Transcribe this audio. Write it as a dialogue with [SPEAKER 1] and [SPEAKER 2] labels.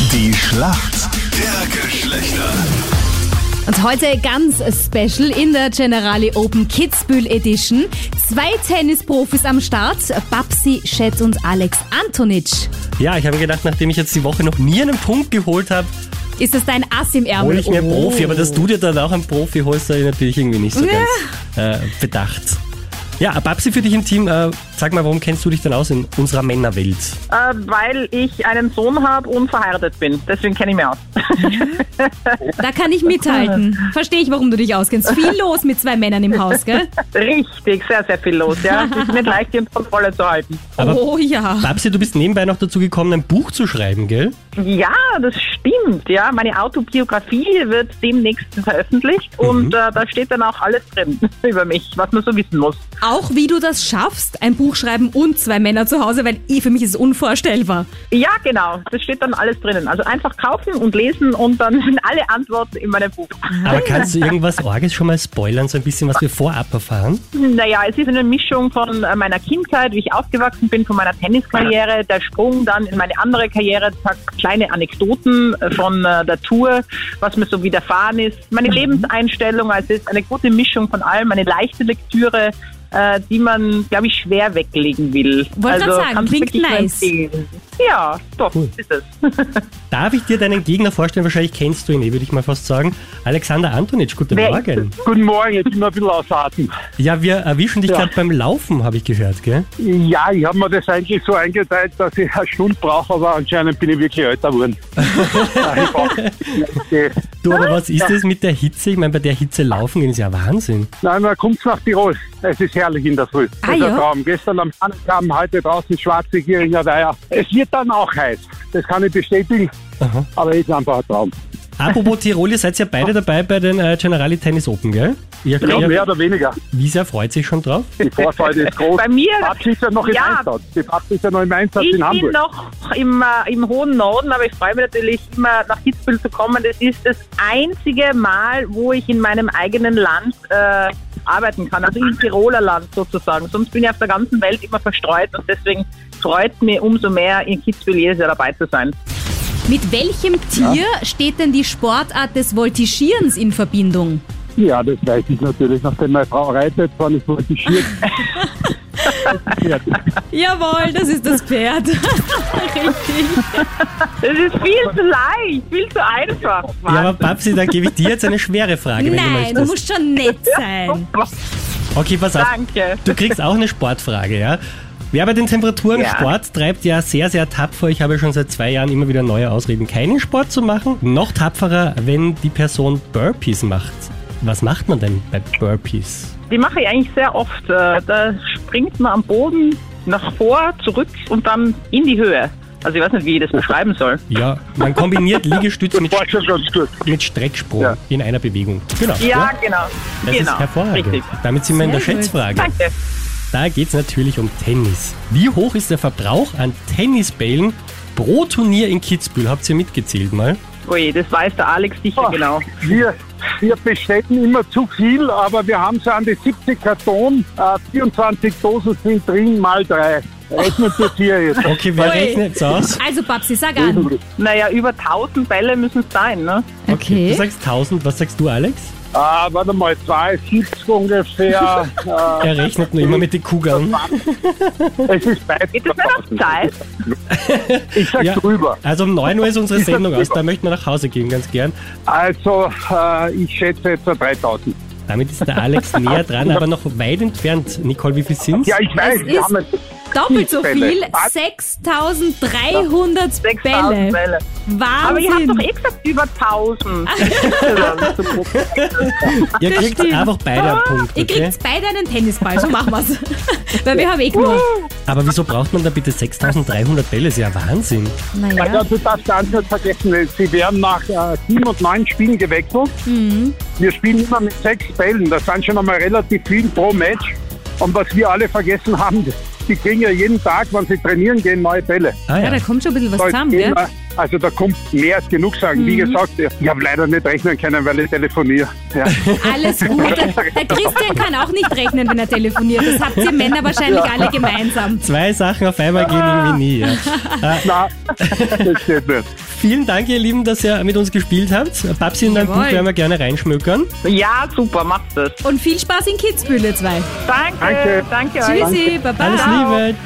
[SPEAKER 1] Die Schlacht der Geschlechter.
[SPEAKER 2] Und heute ganz special in der Generali Open Kitzbühel Edition. Zwei Tennisprofis am Start, Babsi Schätz und Alex Antonitsch.
[SPEAKER 3] Ja, ich habe gedacht, nachdem ich jetzt die Woche noch nie einen Punkt geholt habe,
[SPEAKER 2] Ist das dein Ass im Ärmel?
[SPEAKER 3] hole ich mir einen
[SPEAKER 2] Oh.
[SPEAKER 3] Profi. Aber dass du dir dann auch einen Profi holst, habe ich natürlich irgendwie nicht so
[SPEAKER 2] Ja.
[SPEAKER 3] ganz äh, bedacht. Ja, Babsi für dich im Team. Äh, sag mal, warum kennst du dich denn aus in unserer Männerwelt?
[SPEAKER 4] Äh, weil ich einen Sohn habe und verheiratet bin. Deswegen kenne ich mich aus.
[SPEAKER 2] Da kann ich mithalten. Verstehe ich, warum du dich auskennst. Viel los mit zwei Männern im Haus, gell?
[SPEAKER 4] Richtig, sehr, sehr viel los. Ja, es ist nicht leicht, die unter Kontrolle zu halten.
[SPEAKER 3] Aber-
[SPEAKER 2] oh ja.
[SPEAKER 3] Babsi, du bist nebenbei noch dazu gekommen, ein Buch zu schreiben, gell?
[SPEAKER 4] Ja, das stimmt. Ja, meine Autobiografie wird demnächst veröffentlicht und äh, da steht dann auch alles drin über mich, was man so wissen muss.
[SPEAKER 2] Auch wie du das schaffst, ein Buch schreiben und zwei Männer zu Hause, weil eh, für mich ist es unvorstellbar.
[SPEAKER 4] Ja, genau. Das steht dann alles drinnen. Also einfach kaufen und lesen und dann sind alle Antworten in meinem Buch.
[SPEAKER 3] Aber kannst du irgendwas Orges schon mal spoilern, so ein bisschen, was wir vorab erfahren?
[SPEAKER 4] Naja, es ist eine Mischung von äh, meiner Kindheit, wie ich aufgewachsen bin, von meiner Tenniskarriere, der Sprung dann in meine andere Karriere, ein paar kleine Anekdoten äh, von äh, der Tour, was mir so widerfahren ist, meine
[SPEAKER 2] Mhm.
[SPEAKER 4] Lebenseinstellung. Also es ist eine gute Mischung von allem, eine leichte Lektüre, äh, die man, glaube ich, schwer weglegen will. Also,
[SPEAKER 2] Wollte grad sagen,
[SPEAKER 4] kann's
[SPEAKER 2] klingt
[SPEAKER 4] wirklich nur
[SPEAKER 2] nice.
[SPEAKER 4] empfehlen. Ja, doch,
[SPEAKER 3] Cool.
[SPEAKER 4] ist es.
[SPEAKER 3] Darf ich dir deinen Gegner vorstellen? Wahrscheinlich kennst du ihn eh, würde ich mal fast sagen. Alexander Antonitsch, guten
[SPEAKER 4] Wer ist
[SPEAKER 3] Morgen.
[SPEAKER 5] Guten Morgen, jetzt immer ein bisschen ausatmen.
[SPEAKER 3] Ja, wir erwischen dich
[SPEAKER 5] Ja.
[SPEAKER 3] gerade beim Laufen, habe ich gehört, gell?
[SPEAKER 5] Ja, ich habe mir das eigentlich so eingeteilt, dass ich eine Stunde brauche, aber anscheinend bin ich wirklich älter geworden. Nein, ich brauch- okay.
[SPEAKER 3] Du, aber was ist das mit der Hitze? Ich meine, bei der Hitze laufen gehen ist ja Wahnsinn.
[SPEAKER 5] Nein, man kommt nach Tirol. Es ist herrlich in der Früh.
[SPEAKER 2] Ah,
[SPEAKER 5] das ist
[SPEAKER 2] ja?
[SPEAKER 5] ein Traum. Gestern am Abend kam heute draußen schwarze Gieringer Weiher. Es wird dann auch heiß. Das kann ich bestätigen.
[SPEAKER 3] Aha.
[SPEAKER 5] Aber ist einfach ein Traum.
[SPEAKER 3] Apropos Tirol, ihr seid ja beide dabei bei den äh, Generali Tennis Open, gell? Ihr,
[SPEAKER 5] Ja,
[SPEAKER 3] ihr,
[SPEAKER 5] mehr oder weniger.
[SPEAKER 3] Wie sehr freut sich schon drauf?
[SPEAKER 5] Die Vorfreude ist groß.
[SPEAKER 4] Bei mir,
[SPEAKER 5] Babsi ist ja noch im
[SPEAKER 4] Ja.
[SPEAKER 5] Einsatz. Die Babsi ist ja noch im Einsatz
[SPEAKER 4] ich
[SPEAKER 5] in Hamburg.
[SPEAKER 4] bin noch im, äh, im hohen Norden, aber ich freue mich natürlich immer nach Kitzbühel zu kommen. Das ist das einzige Mal, wo ich in meinem eigenen Land äh, arbeiten kann, also im Tiroler Land sozusagen. Sonst bin ich auf der ganzen Welt immer verstreut und deswegen freut mich umso mehr, in Kitzbühel jedes Jahr dabei zu sein.
[SPEAKER 2] Mit welchem Tier steht denn die Sportart des Voltigierens in Verbindung?
[SPEAKER 5] Ja, das weiß ich natürlich, nachdem meine Frau reitet, wann ich voltigiert.
[SPEAKER 2] Jawohl, das ist das Pferd. Richtig.
[SPEAKER 4] Das ist viel zu leicht, viel zu einfach.
[SPEAKER 3] Ja, aber Babsi, da gebe ich dir jetzt eine schwere Frage, wenn
[SPEAKER 2] Nein,
[SPEAKER 3] du
[SPEAKER 2] du
[SPEAKER 3] möchtest.
[SPEAKER 2] musst schon nett sein.
[SPEAKER 3] Okay, pass auf.
[SPEAKER 4] Danke.
[SPEAKER 3] Du kriegst auch eine Sportfrage, ja? Wer bei den Temperaturen
[SPEAKER 4] Ja.
[SPEAKER 3] Sport treibt, ja sehr, sehr tapfer. Ich habe schon seit zwei Jahren immer wieder neue Ausreden, keinen Sport zu machen. Noch tapferer, wenn die Person Burpees macht. Was macht man denn bei Burpees?
[SPEAKER 4] Die mache ich eigentlich sehr oft. Äh, Da springt man am Boden nach vor, zurück und dann in die Höhe. Also ich weiß nicht, wie ich das beschreiben soll.
[SPEAKER 3] Ja, man kombiniert Liegestütze mit,
[SPEAKER 5] War schon ganz gut.
[SPEAKER 3] mit Strecksprung
[SPEAKER 5] Ja.
[SPEAKER 3] in einer Bewegung. Genau.
[SPEAKER 4] Ja, genau.
[SPEAKER 3] Das
[SPEAKER 4] genau.
[SPEAKER 3] ist hervorragend.
[SPEAKER 4] Richtig.
[SPEAKER 3] Damit sind wir in der
[SPEAKER 2] Sehr gut.
[SPEAKER 3] Schätzfrage.
[SPEAKER 4] Danke.
[SPEAKER 3] Da geht es natürlich um Tennis. Wie hoch ist der Verbrauch an Tennisbällen pro Turnier in Kitzbühel? Habt ihr mitgezählt mal?
[SPEAKER 4] Ui, das weiß der Alex sicher genau.
[SPEAKER 5] Wir, wir bestellen immer zu viel, aber wir haben so an die 70 Karton, äh, 24 Dosen sind drin, mal drei. Rechnen wir hier jetzt.
[SPEAKER 3] Okay, wer rechnet es aus?
[SPEAKER 2] Also, Babsi, sag an.
[SPEAKER 4] Naja, über 1000 Bälle müssen es sein, ne?
[SPEAKER 3] Du
[SPEAKER 2] Okay.
[SPEAKER 3] sagst 1000, was sagst du, Alex?
[SPEAKER 5] Äh, warte mal, 270 ungefähr. äh,
[SPEAKER 3] Er rechnet nur immer mit den Kugeln.
[SPEAKER 5] es ist weit.
[SPEAKER 4] Geht das nicht auf Zeit?
[SPEAKER 5] Ich sag
[SPEAKER 3] Ja.
[SPEAKER 5] drüber.
[SPEAKER 3] Also um 9 Uhr ist unsere
[SPEAKER 5] Ist das
[SPEAKER 3] Sendung aus,
[SPEAKER 5] drüber?
[SPEAKER 3] da möchten wir nach Hause gehen, ganz gern.
[SPEAKER 5] Also, äh, ich schätze jetzt so 3000.
[SPEAKER 3] Damit ist der Alex näher dran, aber noch weit entfernt. Nicole, wie viel sind's?
[SPEAKER 5] Ja, ich weiß, wir
[SPEAKER 2] ist-
[SPEAKER 5] haben jetzt
[SPEAKER 2] Doppelt so viel,
[SPEAKER 5] Bälle. Was?
[SPEAKER 2] 6300
[SPEAKER 4] 6000
[SPEAKER 2] Bälle.
[SPEAKER 4] Bälle. Aber ihr habt doch
[SPEAKER 2] Wahnsinn.
[SPEAKER 4] eh gesagt über 1000.
[SPEAKER 3] Ihr
[SPEAKER 2] das
[SPEAKER 3] kriegt
[SPEAKER 2] stimmt.
[SPEAKER 3] einfach beide einen Punkt,
[SPEAKER 2] Ah, Ihr
[SPEAKER 3] okay?
[SPEAKER 2] kriegt beide einen Tennisball, so machen wir's. Weil wir haben eh genug.
[SPEAKER 3] Aber wieso braucht man da bitte 6300 Bälle? Ist ja Wahnsinn.
[SPEAKER 5] Ja.
[SPEAKER 2] Naja.
[SPEAKER 5] du darfst eins nicht vergessen, sie werden nach äh, sieben und neun Spielen gewechselt. Wir spielen immer mit sechs Bällen, das sind schon einmal relativ viel pro Match. Und was wir alle vergessen haben, die kriegen ja jeden Tag, wenn sie trainieren gehen, neue Bälle.
[SPEAKER 3] Ah
[SPEAKER 2] Ja, da
[SPEAKER 3] ja.
[SPEAKER 2] kommt schon ein bisschen was
[SPEAKER 5] Da
[SPEAKER 2] zusammen, gell?
[SPEAKER 5] gehen wir- Mhm. Also da kommt mehr als genug sagen. Wie gesagt, ich habe leider nicht rechnen können, weil ich telefoniere. Ja.
[SPEAKER 2] Alles gut. Der Christian kann auch nicht rechnen, wenn er telefoniert. Das habt ihr Männer wahrscheinlich alle gemeinsam. Ah.
[SPEAKER 3] Zwei Sachen auf einmal gehen irgendwie nie. Ja.
[SPEAKER 5] Nein, das geht nicht.
[SPEAKER 3] Vielen Dank, ihr Lieben, dass ihr mit uns gespielt habt. Babsi, in dein Buch
[SPEAKER 2] Jawohl.
[SPEAKER 3] werden wir gerne reinschmökern.
[SPEAKER 4] Ja, super, macht das.
[SPEAKER 2] Und viel Spaß in Kitzbühel, ihr zwei.
[SPEAKER 4] Danke,
[SPEAKER 5] Danke.
[SPEAKER 4] danke, euch.
[SPEAKER 2] Tschüssi, baba.
[SPEAKER 3] Alles Liebe.